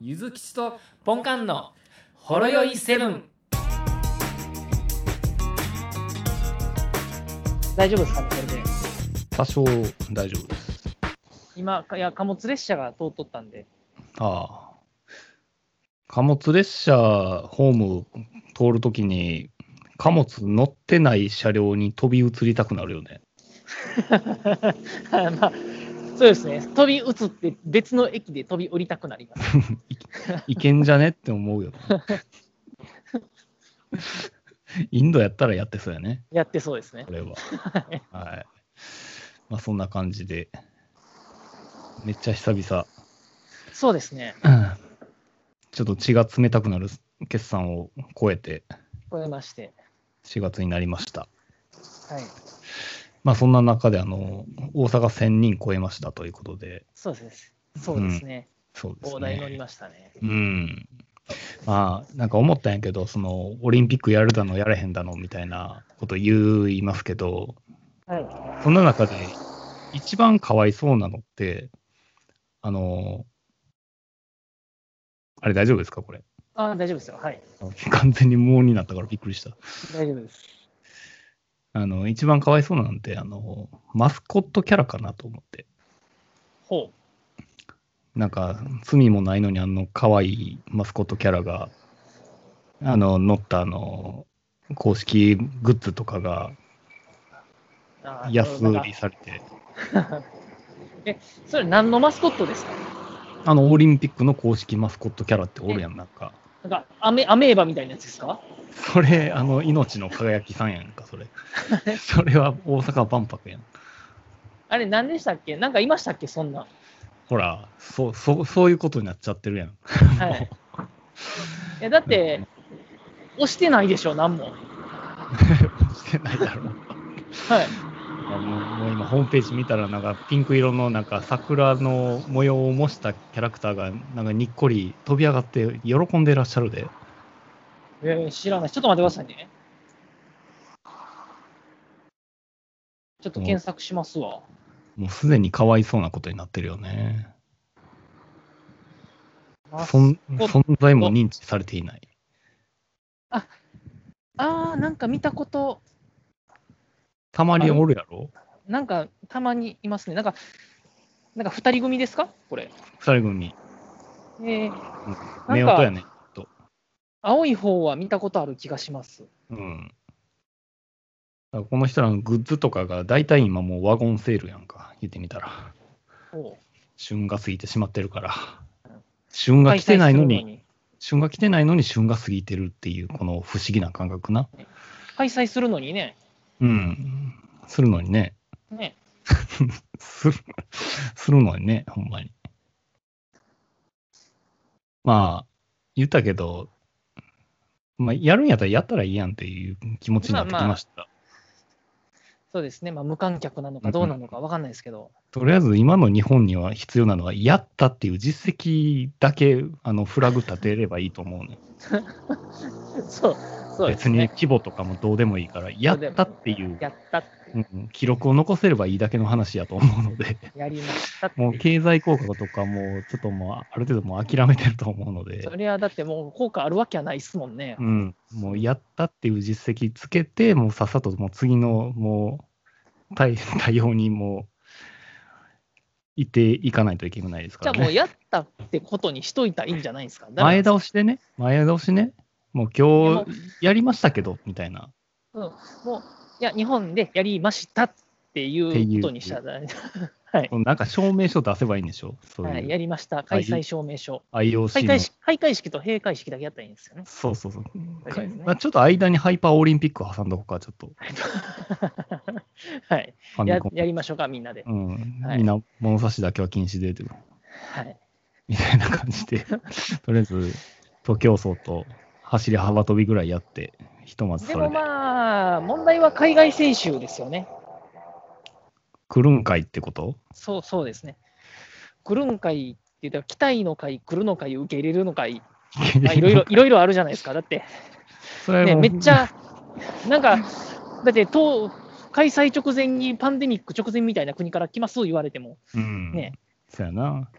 ゆずきちとポンカンのほろよいセブン。大丈夫ですかね、これで。多少大丈夫です。今、いや、貨物列車が通っとったんで。ああ。貨物列車ホーム通るときに、貨物乗ってない車両に飛び移りたくなるよね。はいまあ、そうですね。飛び移って、別の駅で飛び降りたくなります。いけんじゃねって思うよね。 インドやったらやってそうやね、やってそうですねこ。れは。はい。まあそんな感じで、めっちゃ久々、そうですね。ちょっと血が冷たくなる決算を超えて超えまして。 4月になりました。はい。まあそんな中で、あの、大阪1000人超えましたということで、そうですね。そうですね。そうですね。大台乗りましたね。うん。まあ、なんか思ったんやけど、その、オリンピックやるだの、やらへんだの、みたいなこと言いますけど、はい。そんな中で、一番かわいそうなのって、あの、あれ大丈夫ですかこれ。 あ大丈夫ですよ。はい。完全に無音になったからびっくりした。大丈夫です。あの、一番かわいそうなのって、あの、マスコットキャラかなと思って。ほなんか罪もないのにあの可愛いマスコットキャラがあの乗ったあの公式グッズとかがう。あー安なん売かりされてそれ何のマスコットですかあのオリンピックの公式マスコットキャラっておるやんなんかなんかアメ、アメーバみたいなやつですかそれあの命の輝きさんやんかそれそれは大阪万博やんあれ何でしたっけなんかいましたっけそんな。ほらそうそうそういうことになっちゃってるやん はい。いや、だって、押してないでしょ、何も。してないだろうはい。あのもう今ホームページ見たらなんかピンク色のなんか桜の模様を模したキャラクターがなんかにっこり飛び上がって喜んでらっしゃるでえー、知らない。ちょっと待ってくださいね。ちょっと検索しますわ。もうすでにかわいそうなことになってるよねあそん存在も認知されていないあー、なんか見たこと、たまにおるやろなんかたまにいますね。なんか、なんか2人組ですかこれ。二人組えー、夫婦やね青い方は見たことある気がします。うんだからこの人らのグッズとかが大体今もうワゴンセールやんか言ってみたらおう旬が過ぎてしまってるから旬が来てないのに。旬が来てないのに旬が過ぎてるっていうこの不思議な感覚な開催するのにね。うん。するのにね。ね。する、 するのにね、ほんまに。まあ、言ったけど、まあ、やるんやったらやったらいいやんっていう気持ちになってきました。そうですね。まあ、無観客なのかどうなのかわかんないですけど。とりあえず今の日本には必要なのは、やったっていう実績だけ、あの、フラグ立てればいいと思うね。そう、 そうです別にね。規模とかもどうでもいいから、やったっていう、やったって、うん記録を残せればいいだけの話やと思うので。やりましたって。もう経済効果とかもうちょっともうある程度もう諦めてると思うのでそ、れはだってもう効果あるわけはないですもんねう。ん、もうやったっていう実績つけて、もうさっさともう次のもう対 対応にもういっていかないといけないですじゃかあらもうね。やったってことにしといたらいいんじゃないですか。だから前倒しでね、前倒しね、もう今日やりましたけどみたいな、もう、いや、日本でやりましたっていうことにしたら、なんか証明書出せばいいんでしょ、そうはい、いやうりました、開催証明書。開 IOC の会。式開会式と閉会式だけやったらいいんですよね。 そうそうそう。大丈夫ですねまあ、ちょっと間にハイパーオリンピックを挟んどこうか、ちょっと。はい、ファミやコンやりましょうか、みんなで。うん、はいみんな物差しだけは禁止でというはい、 みたいな感 じで、とりあえず徒競走と走り幅跳びぐらいやって、ひとまずでそれもでまあ、問題は海外選手ですよね。来るんかいってことそうそうですね。来るんかいって言ったら、来たいのかい、来るのかい、受け入れるのか い、まあいろいろ、いろいろあるじゃないですか。だって、それね、もめっちゃ、なんか、だって、と開催直前にパンデミック直前みたいな国から来ます言われても、うん、ねそうやな。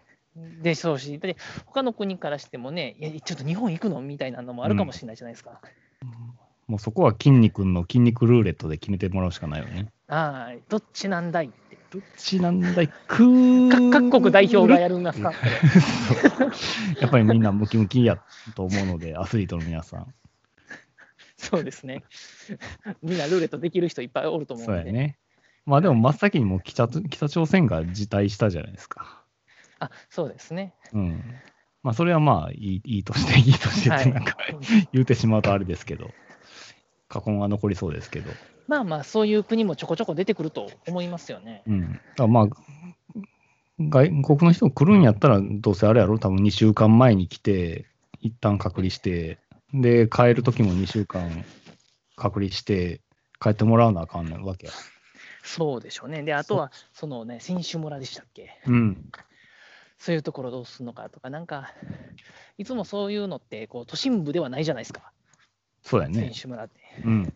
でしょうし、で他の国からしてもね、いやちょっと日本行くのみたいなのもあるかもしれないじゃないですか。もうそこは筋肉の筋肉ルーレットで決めてもらうしかないよね。ああ、どっちなんだいって。どっちなんだいくーか各国代表がやるんですかって。そうやっぱりみんなムキムキやと思う ので、アスリートの皆さん。そうですね。みんなルーレットできる人いっぱいおると思うそんうで。やね。まあでも真っ先にもう北と北朝鮮が辞退したじゃないですか。あ、そうですね。うん。まあそれはまあい いいいとして、いいとしてってなんか、 言うてしまうとあれですけど、過言は残りそうですけど。まあまあ、そういう国もちょこちょこ出てくると思いますよね。うん。だからまあ、外国の人が来るんやったら、どうせあれやろ、多分2週間前に来て、一旦隔離して、で、帰る時も2週間隔離して、帰ってもらうなあかんわけや。そうでしょうね。で、あとは、そのね、選手村でしたっけうん。そういうところどうするのかとか、なんか、いつもそういうのって、こう、都心部ではないじゃないですか。そうだよ選ね。手村って。うん。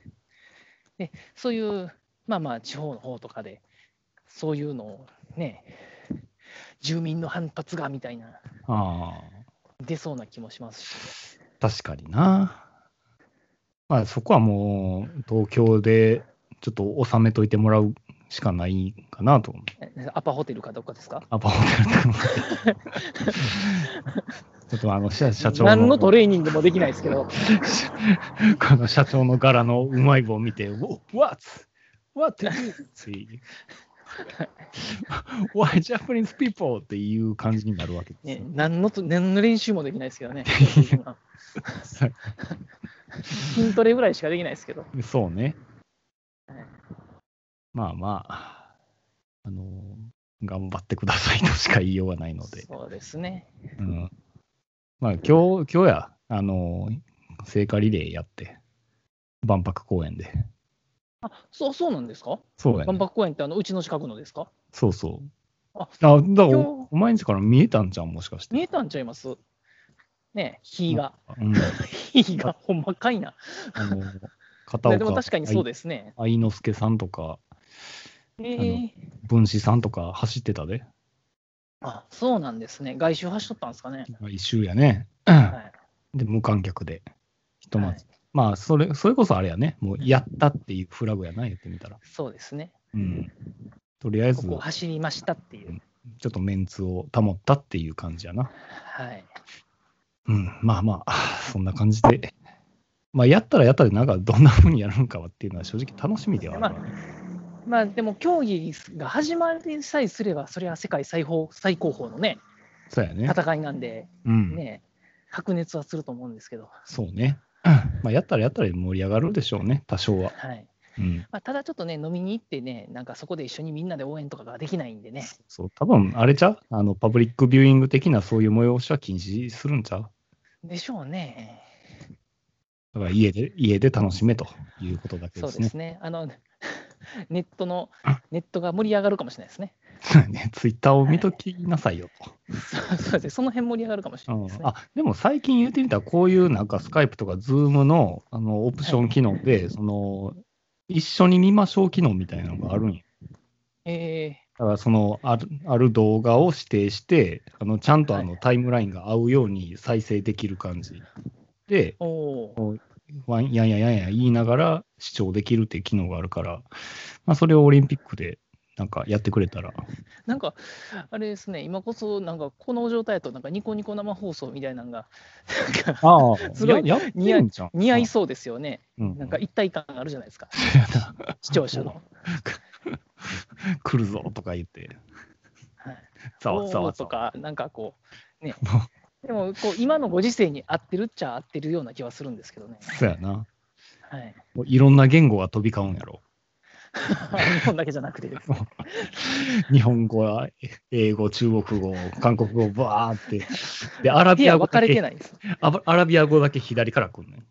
そういう、まあまあ、地方の方とかで、そういうのをね、住民の反発がみたいな、あ出そうな気もしますし、あ、確かにな。まあそこはもう、東京でちょっと収めといてもらうしかないかなと思う。えアパホテルかどっかですかアパホテルとかもちょっとあの社社長何のトレーニングもできないですけど、この社長の柄のうまい棒を見て、What? What? is this? って Why Japanese people? っていう感じになるわけですねよ。、何のと何の練習もできないですけど ね、筋トレぐらいしかできないですけど、そうねはい。まあまあ、あの頑張ってくださいとしか言いようがないので。そうですね、うん、まあ今日、今日や、あの聖火リレーやって、万博公園で。そうそうなんですか、そうやね万。博公園ってあのうちの近くのですか、そうそう。ああ、だから今お、お前んちから見えたんじゃん、もしかして。見えたんちゃいますね、火が、うん、火がほんまかいな、あの、片岡でも確かにそうですね、愛愛之助さんとか、えのー、文子さんとか走ってたで。あそうなんですね、外周走っとったんですかね、一周やね。はいで、無観客で。ひとはまいず。、まあ、それ、それこそあれやね。もう、やったっていうフラグやな、言ってみたら。そうですね、うん。とりあえず、こちこょ走りましたっていう、っとメンツを保ったっていう感じやな。はい、うん、まあ まあ、そんな感じで。まあ、やったらやったで、なんか、どんな風にやるのかはっていうのは、正直楽しみではあるわね。まあでも競技が始まりさえすれば、それは世界最高最高峰のね、そうやね。戦いなんで、うん。ね、白熱はすると思うんですけど、そうね。まあ、やったらやったら盛り上がるでしょうね、多少は。はいうん。まあ、ただちょっとね、飲みに行ってね、なんかそこで一緒にみんなで応援とかができないんでね、そう、多分あれちゃうあの、パブリックビューイング的なそういう催しは禁止するんちゃうでしょうね、だから家で、家で楽しめということだけそでうすでねす。ね、あの ネットの、ネットが盛り上がるかもしれないですね、そうや ね。ツイッターを見ときなさいよと。そうそうですねその辺盛り上がるかもしれないですうねん。あ、でも最近言ってみたら、こういうなんかスカイプとかズームのあのオプション機能で、その、一緒に見ましょう機能みたいなのがあるんや。えだからそのあるある動画を指定して、あのちゃんとあはのタイムラインが合うように再生できる感じ。で、ー、おーわんやんやんやんやん言いながら視聴できるっていう機能があるから、まあ、それをオリンピックでなんかやってくれたら、なんか、あれですね、今こそ、なんかこの状態だと、なんかニコニコ生放送みたいなのが、なんかあ あ、すごいややってるんじゃん。似合いそうですよね、う。ん、なんか一体感あるじゃない ですか、視聴者の。来るぞとか言って、はいざわざおーわざとわ。か、なんかこう、ねも。でもこう、今のご時世に合ってるっちゃ合ってるような気はするんですけどね。そうやな。はい、もういろんな言語が飛び交うんやろ。日本だけじゃなくてですね。日本語や英語、中国語、韓国語、バーって。で、アラ部ビア屋語分かだれて け、ないんです。アバアラビア語だけ左から来んねん。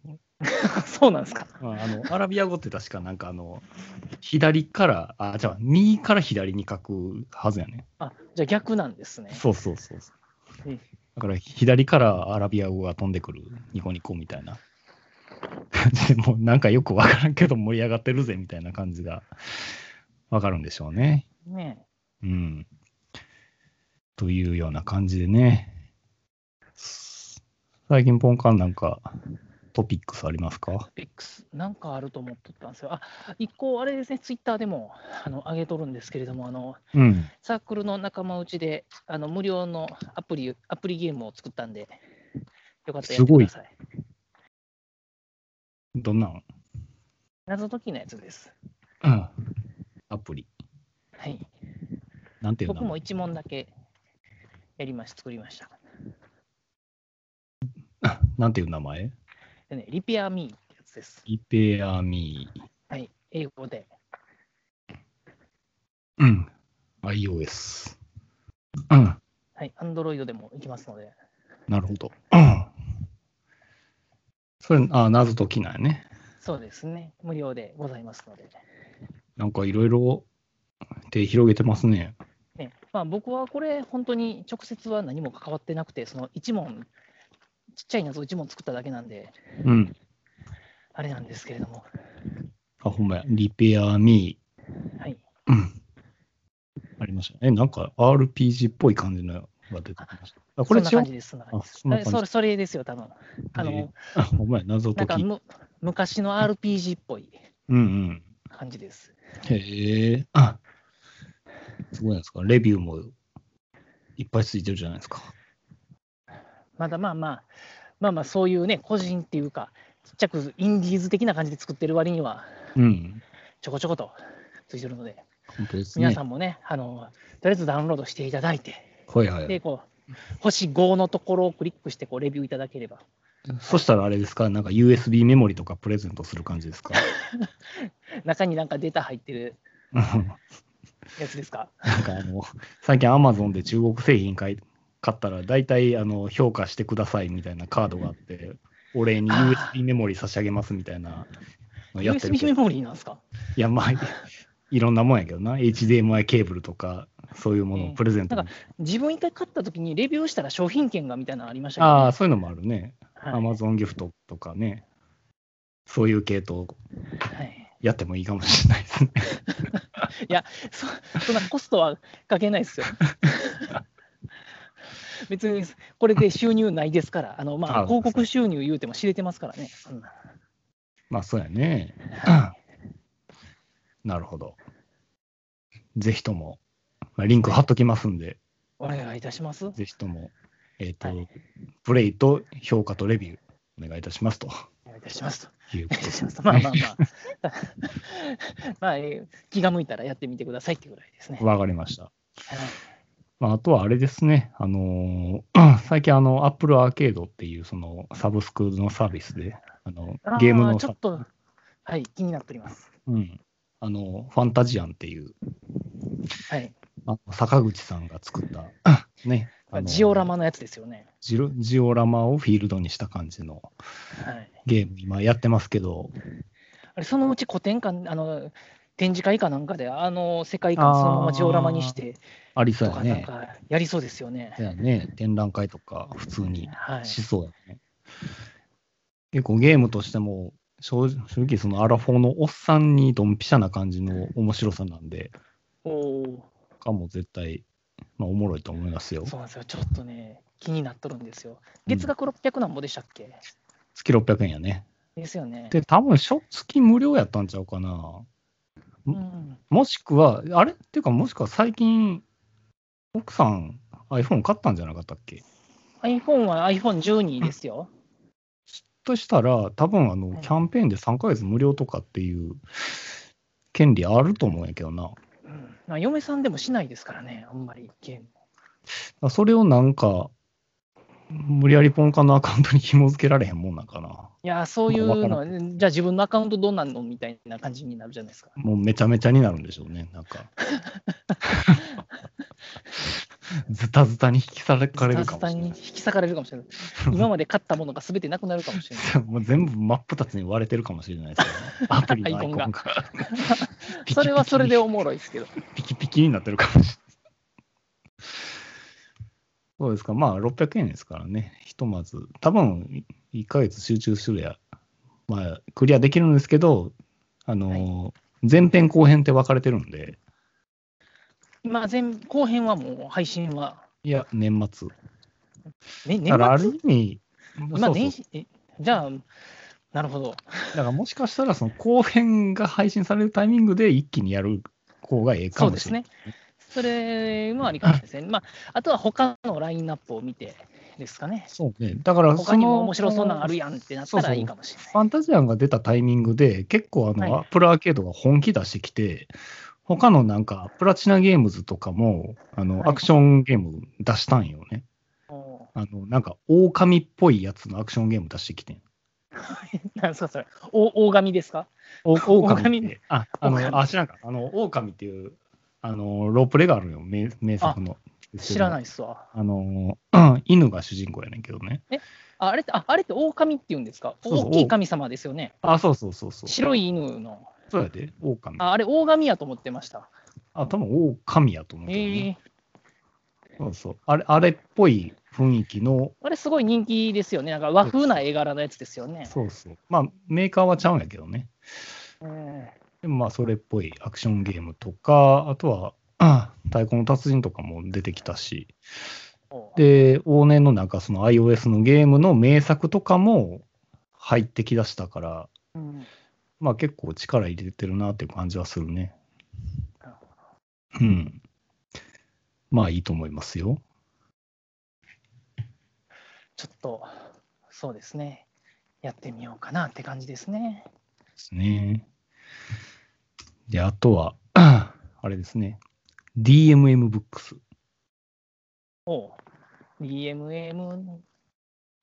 そうなんですか。うんあのアラビア語って確かなんかあの左からあじゃあ右から左に書くはずやねあじゃあ逆なんですね。そうそうそうそううんだから左からアラビア語が飛んでくるニコニコみたいな 感じでもうなんかよくわからんけど盛り上がってるぜみたいな感じがわかるんでしょうねねうんというような感じでね。最近ポンカンなんかトピックスありますか X、なんかあると思っとったんですよ。あ、一個、あれですね、ツイッターでもあの上げとるんですけれども、あのうん。サークルの仲間内であの無料のアプリ、アプリゲームを作ったんで、よかったらやってください。どんなん謎解きのやつです。うん。アプリ。はい。なんていう僕もの一問だけやりました、作りました。 なんていう名前でね、リペアミーってやつです。リペアミー。はい。英語で。うん。iOS。うん。はい。アンドロイドでもいきますので。なるほど。うん。それ、あ、謎解きなんやね。そうですね。無料でございますので。なんかいろいろ手広げてますね。ねまあ、僕はこれ、本当に直接は何も関わってなくて、その1問、ちっちゃい謎1問作っただけなんで、うん。あれなんですけれども。あ、ほんまや。リペアミはい。ー。うん。ありましたね。え、なんか RPG っぽい感じのが出てきました。あ、こそれんな違感うじ。です。そんな感あ、じそんなあそ感れじ。それですよ、多分あの、あ、ほんまや。謎な解んかき。む昔の RPG っぽいうんうん。感じです。へえ。あすごいですか。レビューもいっぱいついてるじゃないですか。まだまあまあ、まあまあ、そういうね、個人っていうか、ちっちゃくインディーズ的な感じで作ってる割には、うん。ちょこちょことついてるので、本当ですね。皆さんもね、あの、とりあえずダウンロードしていただいて、はいはい。で、こう、星5のところをクリックして、こう、レビューいただければ。そしたらあれですか、なんか USB メモリとかプレゼントする感じで すか。中になんかデータ入って るうんなやつですかんかあの最近 Amazon で中国製品買い買ったら、大体あの評価してくださいみたいなカードがあって、お礼にあ USB メモリ差し上げますみたいなのやってる ?USB けメど。モリーなんですかいや、まあ、いろんなもんやけどな、HDMI ケーブルとか、そういうものをプレゼントに、うん自分一回買った時にレビューしたら商品券がみたいなのありましたけど、ああ、そういうのもあるね。はい Amazon ギフトとかね、そういう系統はい、やってもいいかもしれないですね。そ そんなコストはかけないですよ。 別にこれで収入ないですから、あのまああ、広告収入言うても知れてますからね、そんなまあ、そうやね。なるほど。ぜひとも、まあ、リンク貼っときますんで、お願いいたします。ぜひとも、えっ、と、はいプレイと評価とレビュー、お願いいた しますとお願いいたしますと。いうおこ願いいとたでしますとまあまあまあ、 まあ、えー気が向いたらやってみてくださいってぐらいですね。わかりました。はいまあ、あとはあれですね、あのー 最近あの、Apple Arcade っていうそのサブスクのサービスで、あのあゲームのちょさっ、と、はい、気になっております。うん、あの、ファンタジアンっていう、はい、あ坂口さんが作 った、ね、あのジオラマのやつですよね。ジロジオラマをフィールドにした感じのはい、ゲーム、今やってますけど、あれそのうち古典館、あの展示会かなんかで、あの世界観そのままジオラマにしてありそとうやか、なんね。かやりそうですよね。そうやね。展覧会とか普通にはい、しそうやね。結構ゲームとしても、正直正直そのアラフォーのおっさんにドンピシャな感じの面白さなんで、おおかも絶対、まあおもろいと思いますよー、。そうなんですよ、ちょっとね、気になっとるんですよ。月額600なんぼでしたっけ、月600円やね。ですよね。で、多分初月無料やったんちゃうかな。うん、もしくは、あれっていうか、もしくは最近、奥さん iPhone 買ったんじゃなかったっけ iPhone は iPhone12 ですよ。としたら、多分あの、はいキャンペーンで3ヶ月無料とかっていう権利あると思うんやけどな。だかうんまあ、嫁さんでもしないですからね、あんまりゲーム。らそれをなんか、無理やりポンカンのアカウントに紐付けられへんもんなんかな。いやー、そういうわのかは、じゃあ自分のアカウントどうなんのみたいな感じになるじゃないですか。もうめちゃめちゃになるんでしょうね、なん か。ズタズタに引き裂かれるかもしれにな引い。き裂かれるかもし れない。今まで買ったものが全てなくなるかもしれない。もう全部真っ二つに割れてるかもしれないですよね。アプリのアイコンが。アイ それはそれでおもろいですけど。ピキピキになってるかもしれない。そうですか。まあ、600円ですからね。ひとまず、多分、1ヶ月集中するや、まあ、クリアできるんですけど、あのー、前編後編って分かれてるんで、今前、後編はもう配信はいや、年末。ね、だからあ年る末意味、今そうそう年始えじゃあ、なるほど。だからもしかしたら、その後編が配信されるタイミングで一気にやる方がええかそうもでしすれない。ね。それもありかもしれません。まあ、あとは他のラインナップを見てですかね。そうね。だからその、他にも面白そうなのあるやんってなったらいいかもしれない。ファンタジアンが出たタイミングで、結構あの、はいアップルアーケードが本気出してきて、他のなんか、プラチナゲームズとかも、あの、はいアクションゲーム出したんよね。おあの、なんか、狼っぽいやつのアクションゲーム出してきてん。ー何ですか、それ。お大神ですかお 狼狼って。あ、あの、狼あ、知らんか。あの、狼っていう、あの、ロープレがあるよ、名名作の。知らないい。っすわ。あの、 うん犬が主人公やねんけどね。ああれって、ああれって大神って言うんですかそうそう大きい神様ですよね。あ、そうそうそうそう。白い犬の。そうやで、狼。ああれ、大神やと思ってました。あ、多分狼やと思うえけどね。ー、そうそう。あれ、あれっぽい雰囲気の、あれすごい人気ですよね。なんか和風な絵柄のやつですよね。そうそう。まあ、メーカーはちゃうんやけどね。うんでもまあ、それっぽいアクションゲームとか、あとは、 あ太鼓の達人とかも出てきたし、で、往年のなんかその iOS のゲームの名作とかも入ってきだしたから、うんまあ結構力入れてるなっていう感じはするねなるほ。うん。まあいいと思いますよ。ちょっと、そうですね。やってみようかなって感じですね。ですね。で、あとは、 あれですね。DMM ブックス。おう DMM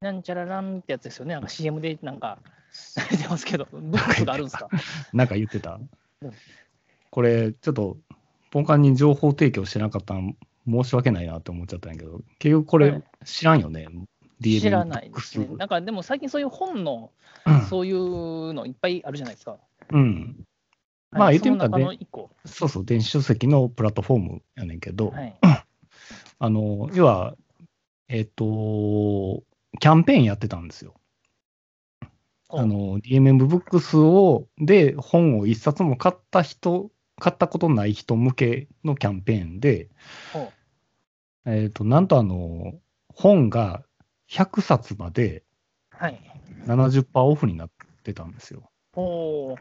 なんちゃららんってやつですよね。なんか CM でなんか出てますけ ど、ブックスがあるんですか。なんか言ってたうんこれ、ちょっと、ポンカンに情報提供してなかったん申し訳ないなって思っちゃったんやけど、結局こはれい知らんよね。DMM 知らないでブックスすね。なんかでも最近そういう本の、うんそういうのいっぱいあるじゃないですか。うん。まあはい言ってみたらその中の一個。そうそう、電子書籍のプラットフォームやねんけど、はい。あの、要は、えっ、と、キャンペーンやってたんですよ。おあの、DMM ブックスを、で、本を一冊も買った人、買ったことない人向けのキャンペーンで、おえっ、と、なんとあの、本が100冊まではい。 70%オフになってたんですよ。おー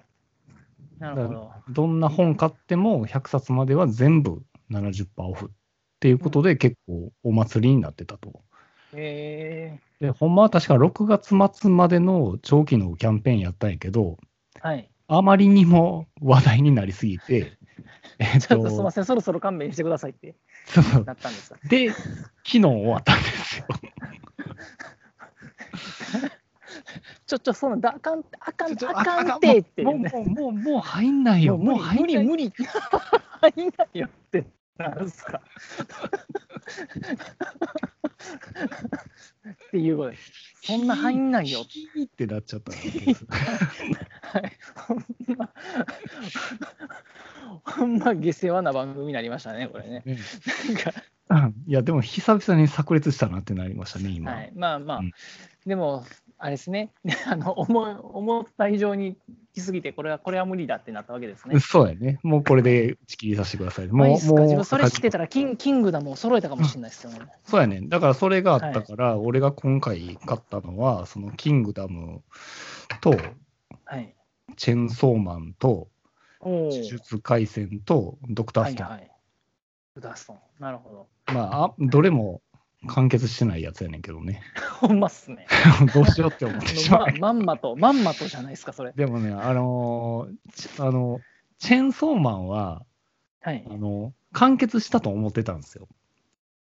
なるほど。どんな本買っても100冊までは全部70%オフっていうことで結構お祭りになってたと。へで、ほんまは確か6月末までの長期のキャンペーンやったんやけど、えはい。あまりにも話題になりす ぎて、えっちょっとすみまと、せん、そろそろ勘弁してくださいってそうそうなったんですか。で、昨日終わったんですよ。ちょ、ちょ、そのだ、あかん、あかん、ちょあかんてって。もう、もう、もう、もう入んないよ。もうもう無入ん理ない。無理無理入んないよってなんすかっていうことですそんな入んないよヒーってなっちゃったんです。 はいほんまほんま下世話な番組になりましたねこれねねなんかいや、でも久々に炸裂したなってなりましたね、今。はい、まあまあ、うんでもあれですね あの思い思った以上に来すぎてこれはこれは無理だってなったわけですねそうやね。もうこれで打ち切りさせてください。まあいいもっう、すか自もう、分それ知ってたらキンキングダムを揃えたかもしれないですよね、そうやね。だからそれがあったから、俺が今回買ったのは、そのキングダムと、はいチェンソーマンと、お呪ー術廻戦と、ドクターストーン。はいはい。ダストン。なるほど。まああ、どれも完結してないやつやねんけどね。 ほんまっすね。どうしようって思あってしのまうま。まんまと、まんまとじゃないですか、それ。でもね、あのーちあの、チェーンソーマンは、はいあ。の、完結したと思ってたんですよ。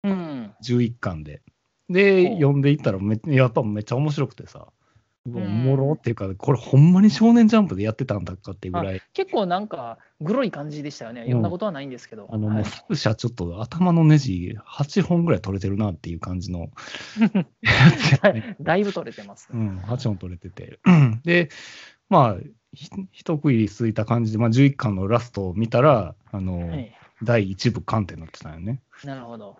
うん。 11巻で。で、ほう読んでいったらめ、やっぱめっちゃ面白くてさ、うわうおんもろっていうか、これほんまに少年ジャンプでやってたんだっかっていうぐらい、結構なんか、グロい感じでしたよね。んいろんなことはないんですけど。あの、はもうい、作者ちょっと頭のネジ8本ぐらい取れてるなっていう感じのやつやね。だいぶ取れてますうね。ん、8本取れてて。 で、まあ、ひ一区切りついた感じで、まあ、11巻のラストを見たら、あの、はい。第1部巻ってなってたよね。なるほど。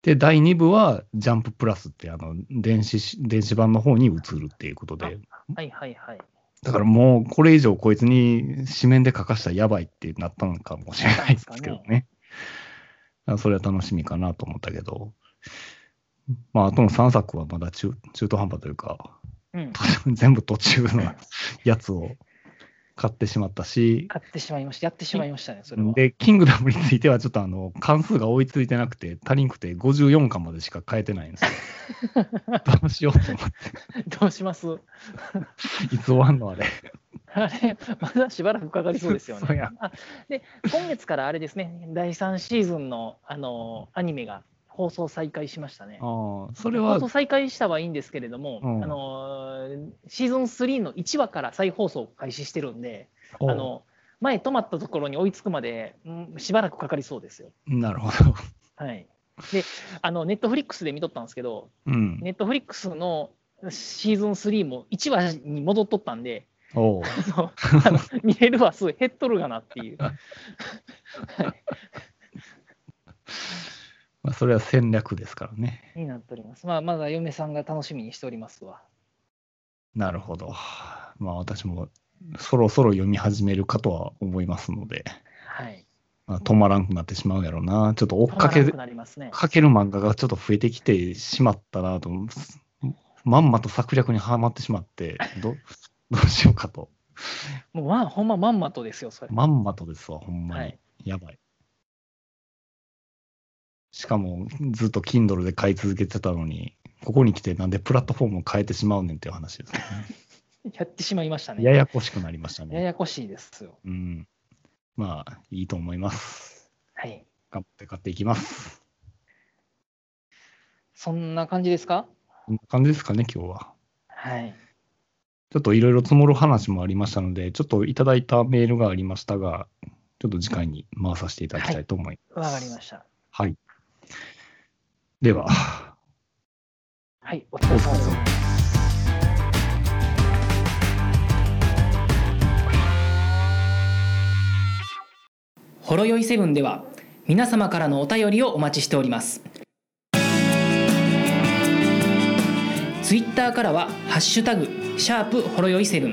で、第2部は、ジャンププラスって、あの、電子し、電子版の方に移るっていうことで、はいはいはい。だからもう、これ以上こいつに紙面で書かしたらやばいってなったのかもしれないですけどね。だからそれは楽しみかなと思ったけど、まあ、あとの3作はまだ中中途半端というか、 うん、全部途中のやつを買ってしまったし、買ってしまいました。やってしまいましたね、それは。で、キングダムについてはちょっとあの、関数が追いついてなくて、足りんくて54巻までしか変えてないんですよ。 どうしようと思っどうしますて、いつ終わんのあれ。あれ、まだしばらくかかりそうですよそうねや。あで、今月からあれですね、第3シーズンの、あのアニメが放送再開しましたね。ああ、それ放は送、再開したはいいんですけれども、うんあのシーズン3の1話から再放送を開始してるんで、あおうの前止まったところに追いつくまで、うんしばらくかかりそうですよ。なるほど。はい、で、あのネットフリックスで見とったんですけど、うん。ネットフリックスのシーズン3も1話に戻っとったんで、おう そうあの見れる話数減っとるがなっていう。はいまあ、それは戦略ですからね。になっております。まあ、まだ嫁さんが楽しみにしておりますわ。なるほど。まあ、私もそろそろ読み始めるかとは思いますので、はい。まあ、止まらんくなってしまうやろうな。ちょっと追っか止まらけなくなりますね。かける漫画がちょっと増えてきてしまったなと、まんまと策略にはまってしまって、 どどうしようかと。もうまあ、ほんままんまとですよ、それ。まんまとですわ、ほんまに。はいやばい。しかも、ずっと Kindle で買い続けてたのに、ここに来てなんでプラットフォームを変えてしまうねんっていう話ですね。やってしまいましたね。ややこしくなりましたやね。やこしいですよ。うん。まあ、いいと思います。 はい。頑張って買っていきます。そんな感じですかこんな感じですかね、今日は。はい。ちょっといろいろ積もる話もありましたので、ちょっといただいたメールがありましたが、ちょっと次回に回させていただきたいと思います。わかりました。はい。では、はい。お疲れ様です。ほろよいセブンでは皆様からのお便りをお待ちしておりますツイッターからは「ハッシュタグシャープほろよいセブン」